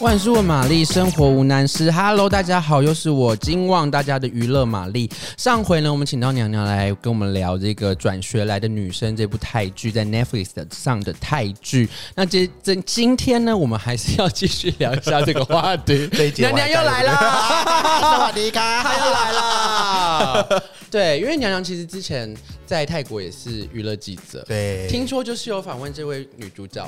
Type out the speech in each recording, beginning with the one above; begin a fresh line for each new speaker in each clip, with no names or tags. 万事问玛丽，生活无难事。Hello，大家好，又是我金旺大家的娱乐玛丽。上回呢，我们请到娘娘来跟我们聊这个转学来的女生这部泰剧，在 Netflix 的上的泰剧。那这这今天呢，我们还是要继续聊一下这个话题。
这一集我
娘
还
娘又来
萨
啦
瓦，迪卡，
她又来啦。对，因为娘娘其实之前在泰国也是娱乐记者，
对
听说就是有访问这位女主角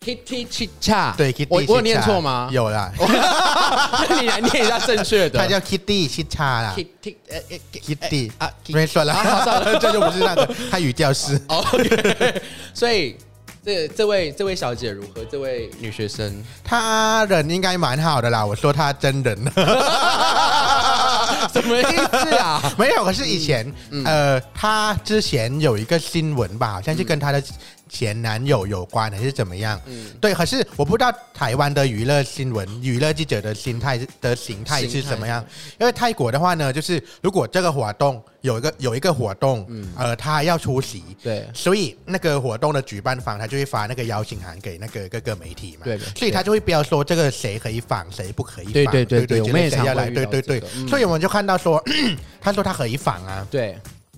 Kitty Chicha，
对，Kitty
我我有念
Chicha
错吗？哦
有啦，
那 你来念一下正确 的。
他叫 Kitty 西叉啦
Kitty，呃呃
，Kitty
啊
啊，
，Kitty
没算了，算 了，这就不是那个，他语调 是
哦，OK，所 以这这位这位小姐如何？这位女学生，
他人应该蛮好的啦。我说他真人，
什么意思 啊？嗯
没有，可是以前呃，他之前有一个新闻吧，好像是跟他的前男友有关还是怎么样？
嗯
对，可是我不知道台湾的娱乐新闻、娱乐记者的心态的形态是怎么样。因为泰国的话呢，就是如果这个活动有一个有一个活动，呃，他要出席，
嗯对
所以那个活动的举办方他就会发那个邀请函给那个各个媒体嘛，
对的
所以他就会标说这个谁可以访，谁不可以访，
对对对
对
对我们也
谁要
常会
来，
遇
对
到
对
这
对
个，嗯
所以我们就看到说， 他说他可以访啊，
对，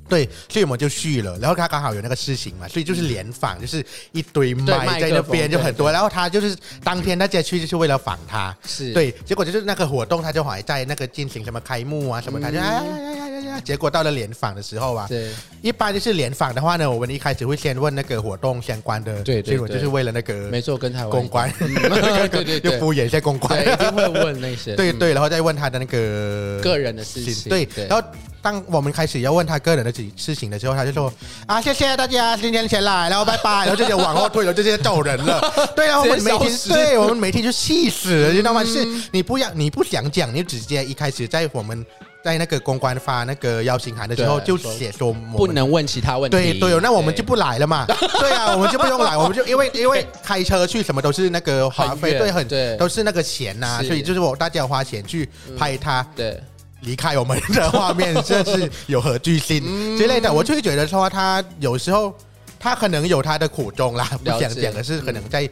对，所以我们就续了，然后他刚好有那个事情嘛，所以就是联访，就是一堆
麦
麦在
克
那
风
边就
嗯对
很多，然后他就是当天大家去就是为了访他，
是
对，结果就是那个活动他就还在那个进行什么开幕啊什
嗯
么，他就哎呀呀呀呀呀，结果到了联访的时候啊，
对，
一般就是联访的话呢，我们一开始会先问那个活动相关的
对对
新闻，
对
就是为了那个
没错，跟台湾
公关，
一样，对对
就
对，
敷衍一下公关
对，，一定会问那 些，
对
嗯，
对，然后再问他的那个
个人的事情
对
对，
然后当我们开始要问他个人的事事情的时候，他就说啊，谢谢大家，今天前来，然后拜拜，然后就直接往后退了，就直接走人 了。对啊，我们
直接
每
消
天
失嗯
对我们每天就气死了，你知道吗？是你不要你不想讲，你就直接一开始在我们在那个公关发那个邀请函的时候
对
就
说
写说我
不
们
能问其他问题。
对对哦，那我们就不来了嘛。对啊，我们就不用来，我们就因为因为开车去什么都是那个花
很
费，
远
对，很
对
都是那个钱呐、
是
所以就是我大家花钱去拍他
对
离开我们的画面，这是有何居
嗯
心之类的。我就会觉得说，他有时候他可能有他的苦衷啦，不
了解
想讲，可是可能在。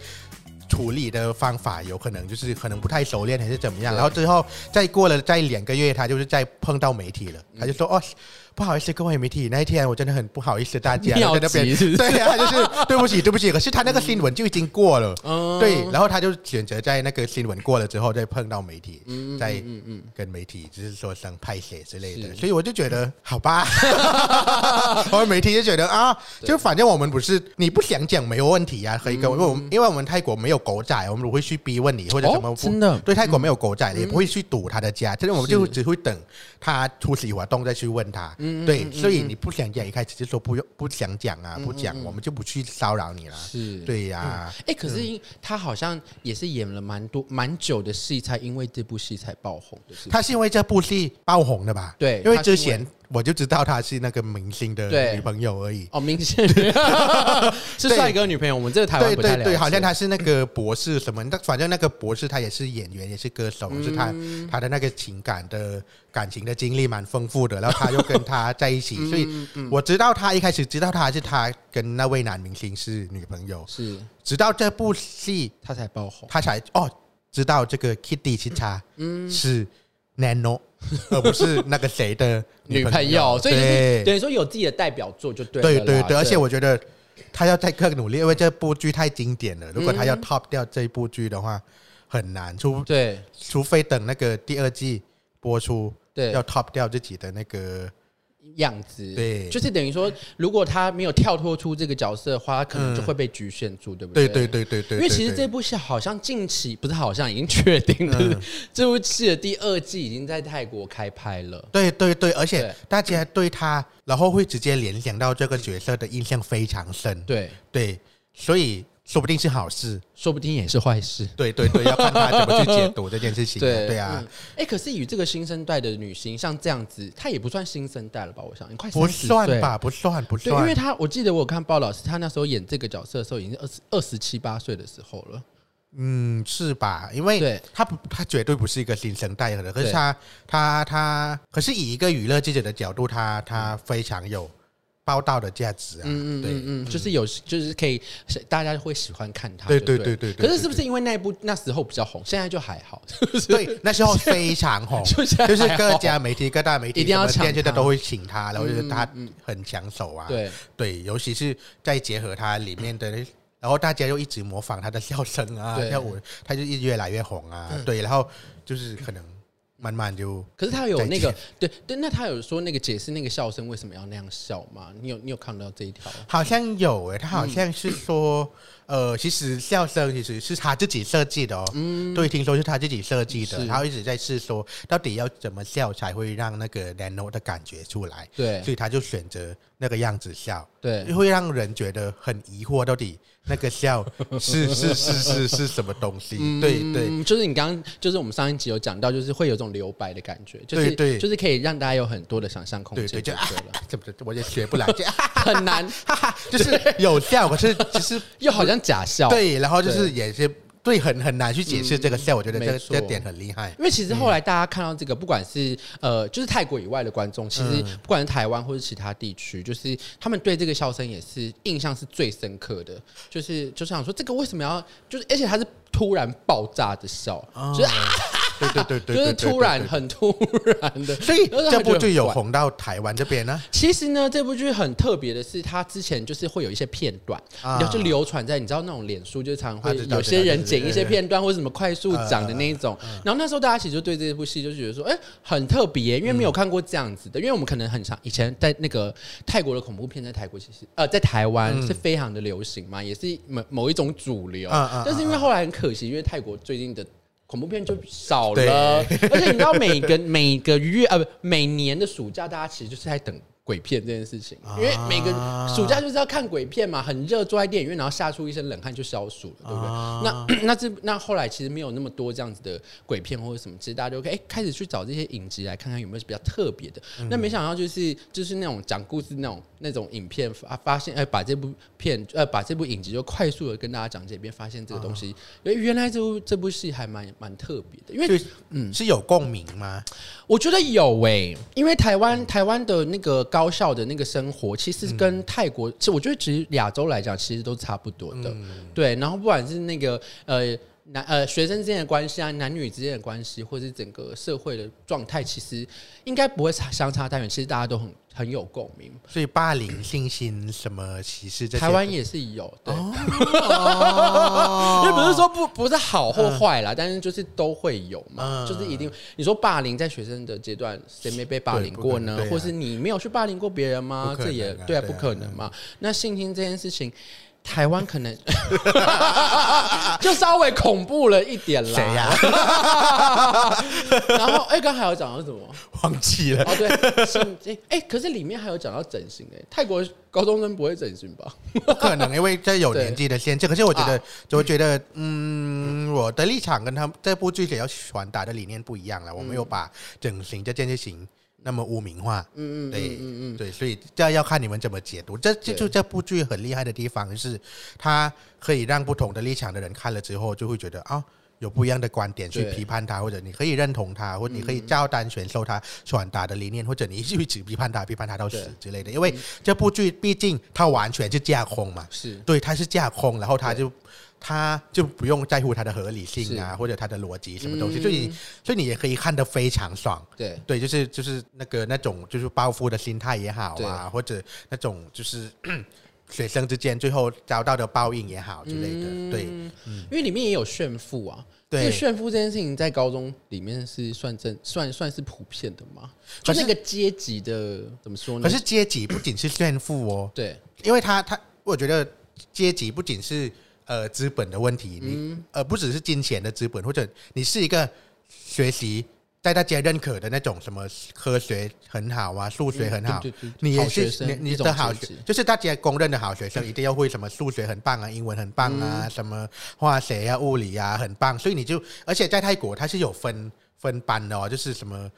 处理的方法有可能就是可能不太熟练还是怎么样，
对
然后之后再过了再两个月，他就是再碰到媒体了，他就说哦，不好意思各位媒体，那一天我真的很不好意思大家，
尿
在那边
急是不是
对呀、就是对不起对不起，可是他那个新闻就已经过了，
嗯
对，然后他就选择在那个新闻过了之后再碰到媒体，再
嗯嗯
跟媒体就是说声拍写之类的，
是
所以我就觉得 好吧，我们媒体就觉得啊，就反正我们不是你不想讲没有问题啊，可以跟我，因为我们因为我们泰国没有狗仔，我们不会去逼问你或
嗯
者
哦
什么不，
真的
对泰国没有狗仔，也不会去堵他的家，但是我们就是只会等他出席活动再去问他，对，所以你不想讲，一开始就说不用不想讲啊，不讲，我们就不去骚扰你啦，
是
对呀，
哎、可是因她好像也是演了蛮多蛮久的戏，才因为这部戏才爆红的，是吧
她是因为这部戏爆红的吧？
对
因为
她是
之前我就知道她是那个明星的
对
女朋友而已。
哦，明显 是帅哥女朋友，我们这个台湾
对
不太
对
了解。
对，好像她是那个博士什么，那反正那个博士她也是演员，也是歌手，
嗯
是她她的那个情感的感情的经历蛮丰富的，然后她又跟他在 一起，
嗯
所以我知道她一开始知道她是她跟那位男明星是女朋友，
是
直到这部戏
她才爆红。
他才哦知道这个 Kitty 其他
嗯
是 Nano，而不是那个谁的
女朋
朋
友，所以就是
对
等于说有自己的代表作就对了啦
对对对，而且我觉得他要再更努力，因为这部剧太经典
嗯
了。如果他要 top 掉这部剧的话，很难，除
对
除非等那个第二季播出，
对
要 top 掉自己的那个
样子，
对
就是等于说，如果她没有跳脱出这个角色的话，她可能就会被局限住，对不
嗯对
对
对对对对，
因为其实
对
这部戏好像近期不是好像已经 确定了，
嗯
这部戏的第二季已经在泰国开拍了。
对对对，而
对
且大家对他，然后会直接联想到这个角色的印象非常深，
对，
对，所以说不定是好事。
说不定也是坏事。
对对对，要看他怎么去解读这件事情、啊。
对
对啊
嗯，哎、可是以这个新生代的女星，像这样子，她也不算新生代了吧？我想，你快
不
30
算
岁？
吧，不算不
对，因为
算。
她，我记得我有看报道，是她那时候演这个角色的时候，已经二十二十七八岁的时候了。
嗯，是吧？因为
对
他不，他绝对不是一个新生代的，可
对
是他他他，可是以一个娱乐记者的角度，他他非常有报道的价值啊。
嗯嗯
对
嗯嗯，就是有就是可以，大家会喜欢看他。
对
对
对对对对
可是是不是因为那一部那时候比较红，现在就还好？
对，那时候非常红，
就是还
就是各
好
家媒体、各大媒体
一定要
什
抢
么电视台
他嗯
都会请他，然后就是他很抢手啊。
对，
对，尤其是再结合他里 面的那，然后大家又一直模仿他的笑声啊，
对嗯
跳舞，他就一直越来越红啊。对，然后就是可能慢慢就
可是他有那
再
个对对，那他有说那个解释那个笑声为什么要那样笑吗？你有你有看到这一条？
好像有欸诶、他好像是说，
嗯
呃，其实笑声其实是他自己设计的哦。嗯，对，听说是他自己设计的，
是
然后一直在试说到底要怎么笑才会让那个 Nano 的感觉出来。
对
所以他就选择那个样子笑，
对
会让人觉得很疑惑，到底那个笑 是是是是是什么东西？对对
嗯，就是你刚刚就是我们上一集有讲到，就是会有种留白的感觉，就是
对对
就是可以让大家有很多的想象空
对
间，
对，
就
就啊
对了，，
怎么怎么我也学不来，就 啊
很 难，
哈哈，就是有笑，可是只是
又好像假笑。，
对，然后就是
对嗯
也是对很很难去解释这个笑，我觉得这
没
个
错
这点很厉害。
因为其实后
嗯
来大家看到这个，不管是呃，就是泰国以外的观众，其实
嗯
不管是台湾或是其他地区，就是他们对这个笑声也是印象是最深刻的，就是就是想说这个为什么要，就是而且它是突然爆炸的笑， 就是啊，
哦对对对对，
就是
对对
突然
对
很突然的，
所以
然后
这
他
部
就
剧
很
有
怪
红到台湾这边呢。
其实呢，这部剧很特别的是，它之前就是会有一些片段，
啊
然后就流传在你知道那种脸书，就常
啊
会
知道
有些人
知道
剪一些片段或者什么快速涨的那一
啊
种。然后那时候大家其实就对这部戏就觉得说，哎、很特别，因为没有看过这样
嗯
子的，因为我们可能很常以前在那个泰国的恐怖片，在泰国其实呃在台湾是非常的流行嘛，也是某某一种主流
嗯啊啊啊。
但是因为后来很可惜，因为泰国最近的。恐怖片就少了，而且你知道每个每个月呃不每年的暑假，大家其实就是在等鬼片这件事情，因为每个暑假就是要看鬼片嘛，很热，坐在电影院，然后吓出一身冷汗就消暑了，对不对？那那这那后来其实没有那么多这样子的鬼片或者什么，其实大家就可以、哎开始去找这些影集来看看有没有比较特别的。那没想到就是就是那种讲故事那种那种影片发发现，哎、把这部片呃把这部影集就快速的跟大家讲解一遍，发现这个东西，哎原来这部这部戏还蛮蛮特别的，因为
就是是有共鸣吗？
我觉得有诶、因为台
嗯
湾台湾的那个高校的那个生活，其实跟泰国，其实我觉得其实亚洲来讲，其实都差不多的。
嗯
对，然后不管是那个呃男呃学生之间的关系啊，男女之间的关系，或是整个社会的状态，其实应该不会差相差太远。其实大家都很很有共鸣，
所以霸凌、性侵、什么歧视这些，
台 湾也是有对。
哦
因为不是说不不是好或坏啦，但是就是都会有嘛，
嗯
就是一定。你说霸凌在学生的阶段，谁没被霸凌过呢
对不可能对？啊
或是你没有去霸凌过别人吗
不？可
这
能啊嗯
也对
对啊
啊，不可能嘛。那性侵这件事情。台湾可 能 就稍微恐怖了一点啦。
谁呀？
然后，哎、刚才还有讲到什么？
忘记了
哦，对，性哎、哎，可是里面还有讲到整形哎、泰国高中生不会整形吧？
不可能，因为这有
对
年纪的限制。可是我觉得，我觉得，嗯，我的立场跟他们这部剧想要传达的理念不一样了。我没有把整形这件事情那么污名化。嗯嗯，对，嗯嗯，对，所以这要看你们怎么解读。这这
对
就这部剧很厉害的地方就是，它可以让不同的立场的人看了之后，就会觉得啊。有不一样的观点去
对
批判它，或者你可以认同它，或者你可以照单全收它传达的理念，或者你一直批判它，批判它到死
对
之类的。因为这部剧毕竟它完全是架空嘛，
是
对，它是架空，然后它就它就不用在乎它的合理性啊，或者它的逻辑什么东西，
嗯
所以你所以你也可以看得非常爽。
对，
对，就是就是那个那种就是报复的心态也好啊，或者那种就是 学生之间最后遭到的报应也好之类的，对，
因为里面也有炫富啊。
对
因为炫富这件事情在高中里面是算正算算是普遍的嘛？就
可
是那个阶级的怎么说呢？
可是阶级不仅是炫富哦，
对
因为他他，我觉得阶级不仅是呃资本的问题，你、
嗯
呃不只是金钱的资本，或者你是一个学习在大家认可的那种什么科学很好啊，数学很好，
嗯对对对
你也
好学
是
生
你你
一种
的好
阶
学
级，
就是大家公认的好学生，一定要会什么数学很棒啊，英文很棒
嗯
啊，什么化学啊、物理啊很棒，所以你就而且在泰国它是有分分班的哦，就是什么。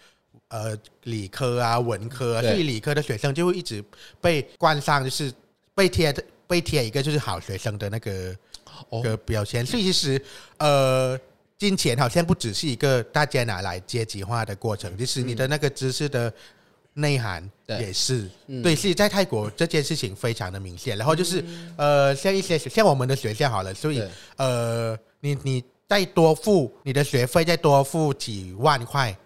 呃理科啊、文科啊，所
对
以理科的学生就会一直被冠上就是被贴被贴一个就是好学生的那个、
哦
个标签，所以其实呃。金钱好像不只是一个大家拿来阶级化的过程，其实你的那个知识的内涵
对嗯
也是，对，是在泰国这件事情非常的明显。然后就是、呃，像一些像我们的学校好了，所以
嗯对
呃，你你再多付你的学费，再多付几万块，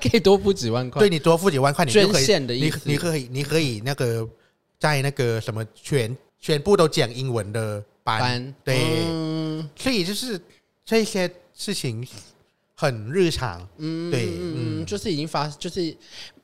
可以多付几万块
对。你多付几万块，你就可
捐
以，
献的意
你
思
你可以你可以那个在那个什么全全部都讲英文的班，
班
对，
嗯
所以就是这些事情很日常，对，嗯
嗯，就是已经发，就是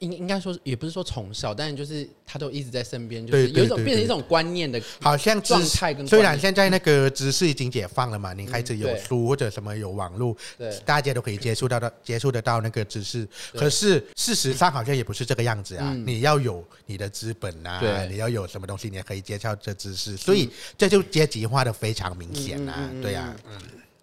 应应该说也不是说从小，但就是他都一直在身边，就
对
是
对
有一种
对
变成
对
一种观念的
好像知
状态跟
虽
观
然
念嗯
现在那个知识已经解放了嘛，你开始有
对
书或者什么有网络，
对
大家都可以接触到的，接触得到那个知识。
对
可是事实上好像也不是这个样子啊，
嗯
你要有你的资本啊
对，
你要有什么东西，你也可以介绍这知识，所以这就阶级化的非常明显啊，
嗯
对啊。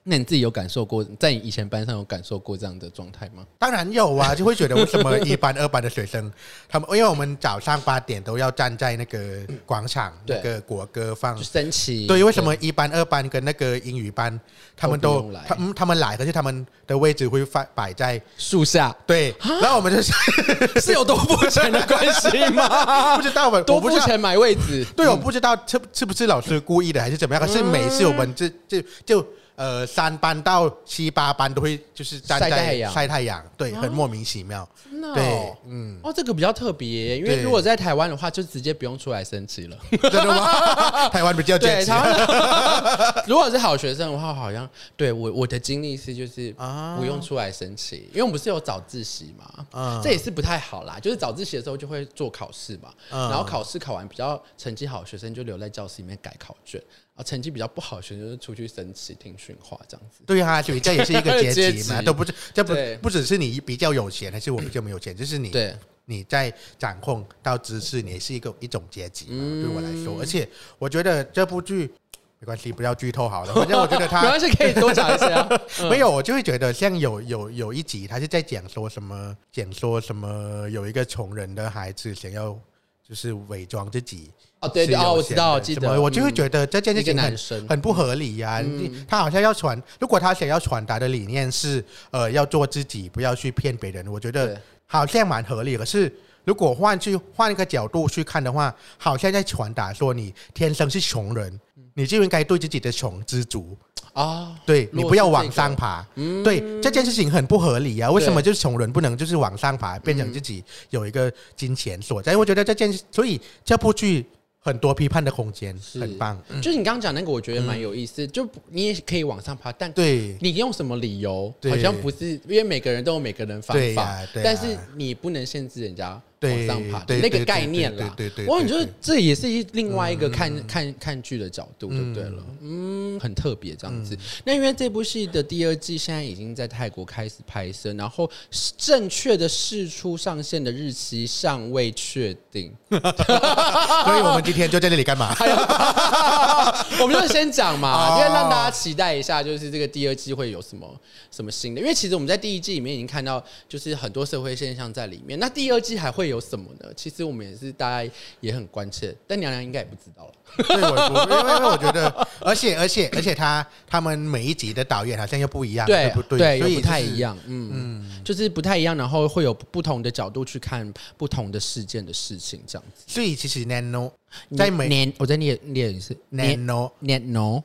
那你自己有感受过，在你以前班上有感受过这样的状态吗？
当然有啊，就会觉得为什么一班、二班的学生，他们因为我们早上八点都要站在那个广场，
对
那个国歌放
就升旗，
嗯对，为什么一班、二班跟那个英语班，他们
哦都不
都
用来
他嗯他们来，可是他们的位置会放摆在
树 下
对，然后我们就是
是有多付钱的关系吗？
不知道我
多
我不
付
知道。
钱买位 置，
对，我不知道是是不是老师故意的还是怎么样，可
嗯
是每次我们这这就呃三班到七八班都会就是站
晒
在
太阳啊
晒太阳，对，很莫名其妙。
No
对，嗯，
哦，这个比较特别，因为
对
如果在台湾的话，就直接不用出来升旗了。
嗯真的 吗？台湾比较
对，
坚持
台湾 如果是好学生的话，好像对我我的经历是就是
啊
不用出来升旗，因为我们不是有早自习嘛，
嗯
这也是不太好啦。就是早自习的时候就会做考试嘛，
嗯
然后考试考完比较成绩好的学生就留在教室里面改考卷，啊，成绩比较不好的学生就是出去升旗听训话这样子。
对啊，所以这也是一个阶
阶
级嘛，
级
都不是这不
对
不只是你比较有钱，还是我比较没有钱，就是你
对
你在掌控到知识，你也是一个一种阶级嘛。
嗯
对我来说，而且我觉得这部剧没关系，不要剧透 好了。反正我觉得
没
他
关系，可以多讲一 些、啊。
没有，我就会觉得像有有有一集，他是在讲说什么，讲说什么有一个穷人的孩子想要就是伪装自己。
哦，对对，
是有
哦，我知
钱
道，
的
我记
什
得，
么我就会
嗯
觉得这件事
一
情
个
很
男嗯生
很不合理呀、你他好像要传，如果他想要传达的理念是呃要做自己，不要去骗别人，我觉
对
得好像蛮合理。可是如果换去换一个角度去看的话，好像在传达说你天生是穷人，你就应该对自己的穷知足。
啊，
对
如
你
果
不要
是这
往
个
上爬，对这件事情很不合理啊！为什
对
么就是穷人不能就是往上爬，变成自己有一个金钱所在？我觉得这件，所以这部剧很多批判的空间，
是
很棒。
就是你刚刚讲那个，我觉得蛮有意思。就你也可以往上爬，但
对
你用什么理由，
对
好像不是因为每个人都有每个人方
对
法，
呀对呀
但是你不能限制人家往上爬的
对
那
对
个概念啦。
对对对对对嗯
我感觉这也是一另外一个看、看看剧的角度，对不对了？嗯，很特别这样子。那因为这部戏的第二季现在已经在泰国开始拍摄，然后正确的试出上线的日期尚未确定。
所以我们今天就在这里干嘛？
我们就先讲嘛，
哦
因为让大家期待一下，就是这个第二季会有什么什么新的。因为其实我们在第一季里面已经看到，就是很多社会现象在里面。那第二季还会有什么呢？其实我们也是大家也很关切，但娘娘应该也不知道了。
对，我我因为因为我觉得，而且而且而且他他们每一集的导演好像又不一样，
对
不
对，又
所以
不
就是
太一。样，嗯嗯，就是不太一样，然后会有不同的角度去看不同的事件的事情，这样子。
所以其实 Nano 在每
年，我再念念一次
Nano
年 no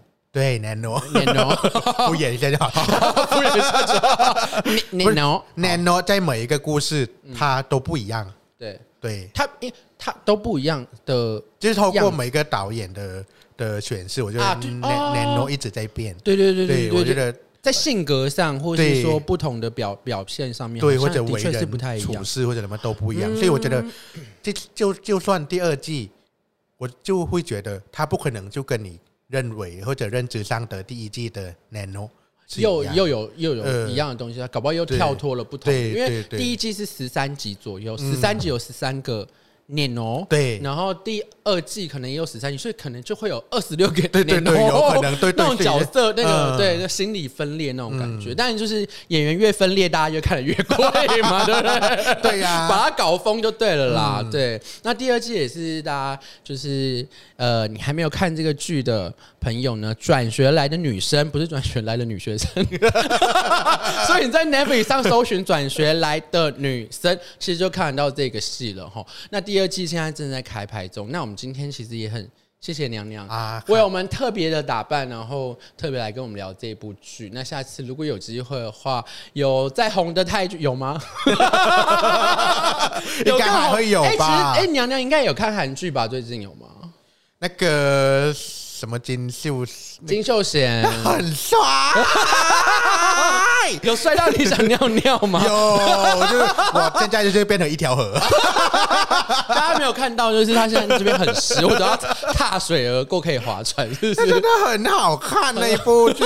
对 Nano
年 no
敷衍一下就好。
年 no，
Nano 在每一个故事它都不一样，
对
对，
他，因他都不一样的
就是透
样
过每个导演的的诠释，我觉得
啊对哦
Nano 一直在变。
对对对
对，我
对
觉得
在性格上，或是
对
说不同的表表现上面，
对，
好
或
像
者
的
为
确是不太
人
一
处
样。
事或者什么都不一样，所以我觉得这就就算第二季，我就会觉得他不可能就跟你认为或者认知上的第一季的 Nano 是一
又
样
又有又有
呃
一样的东西，搞不好又
对
跳脱了不同。
对
因为
对对
第一季是十三集左右，十三集有十三个年哦，
对
然后第二季可能也有十三集，所以可能就会有二十六个
对对对
年哦
有可能对对
那种
对
角色那个
嗯
对那心理分裂那种感觉，但就是演员越分裂，大家越看得越贵 嘛，对不对？
对呀嗯
把它搞疯就对了啦。对，那第二季也是大家就是呃，你还没有看这个剧的朋友呢，转学来的女生不是转学来的女学生， 所以你在 Netflix 上搜寻转学来的女生，其实就看得到这个戏了哈。那第二季现在正在开拍中，那我们今天其实也很。谢谢娘娘啊
啊，
为我们特别的打扮，然后特别来跟我们聊这部剧。那下次如果有机会的话，有再红的泰剧有吗？
应该还会有
哎其实
吧
哎、娘娘应该有看韩剧吧？最近有吗？
那个什么金秀
金秀 贤
很帅，
有帅到你想尿尿吗？
有就是我现在就是变成一条 河，
啊大家没有看到，就是他现在这边很湿，我只要踏水而过可以划船，是不
那真
是？
的很好看那一部 剧。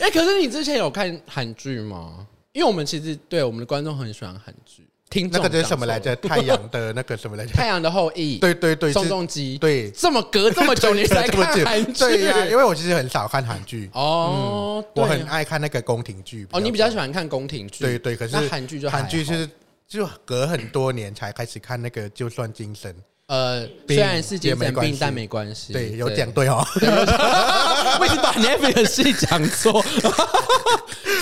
哎、可是你之前有看韩剧吗？因为我们其实对我们的观众很喜欢韩剧，听众
那个叫
讲
什么来着？
说
太阳的那个什么来着
《？太阳的后裔》
对对对，
宋
是
仲基，
对
这么隔这么久你才
这么
看
久
韩剧，
对呀、因为我其实很少看韩剧，
哦，对
我很爱看那个宫廷剧。
哦，你比较喜欢看宫廷剧，
对对，可是
那韩剧就还
韩剧
好
是就隔很多年才开始看那个，就算精神，
呃，虽
病
然是精
也
神
没关
病
系，
但没关系。
对，有讲 对哦。
我已经把 Nevy 的事讲错。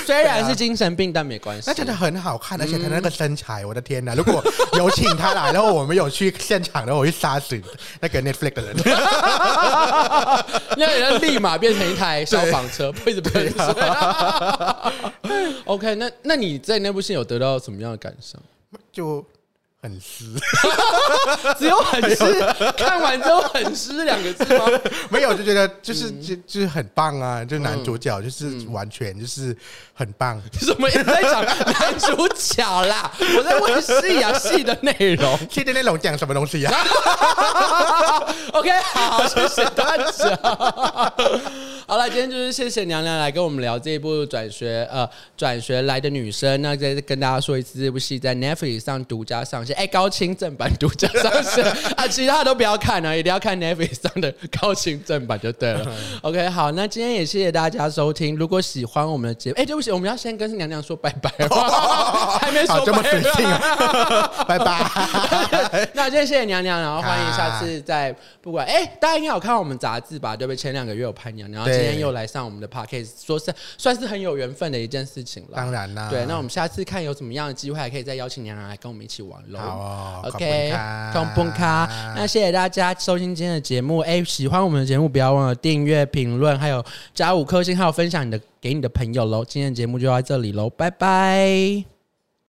虽然是精神病，但没关系。
那真的很好看，而且他那个身
嗯
材，我的天哪！如果有请他来，然后我们有去现场，然后我会杀死 那个 Netflix 的人。
那人立马变成一台消防车，一直喷水。OK，那那你在那部戏有得到什么样的感伤？
就很湿，
只有很湿，看完之后很湿两个字吗？
没有就觉得就是
嗯
就就是很棒啊！就男主角就是完全就是很棒，
什么一直在讲男主角啦？我在问戏啊，戏的内容。
现在那种讲什么东西啊呀？
OK，好，谢谢大家。好了，今天就是谢谢娘娘来跟我们聊这一部转学呃转学来的女生。那再跟大家说一次，这部戏在 Netflix 上独家上线，哎、高清正版独家上线啊，其他都不要看啊了，一定要看 Netflix 上的高清正版就对 了。OK，好，那今天也谢谢大家收听。如果喜欢我们的节目，哎、对不起，我们要先跟娘娘说拜 拜， 还没说
好这么
拜
随性
拜。
啊！ 拜 拜。
那今天谢谢娘娘，然后欢迎下次再不管哎、大家应该有看我们杂志吧？对不对？前两个月有拍娘娘，然后
对
今天又来上我们的 podcast，说是算是很有缘分的一件事情了。
当然啦
对，那我们下次看有什么样的机会，还可以再邀请娘娘来跟我们一起玩喽。
好哦
o
空蹦
k
咖
空蹦咖。那谢谢大家收听今天的节目，哎、喜欢我们的节目不要忘了订阅、评论，还有加五颗星，还有分享你的给你的朋友喽。今天的节目就到这里喽，拜拜。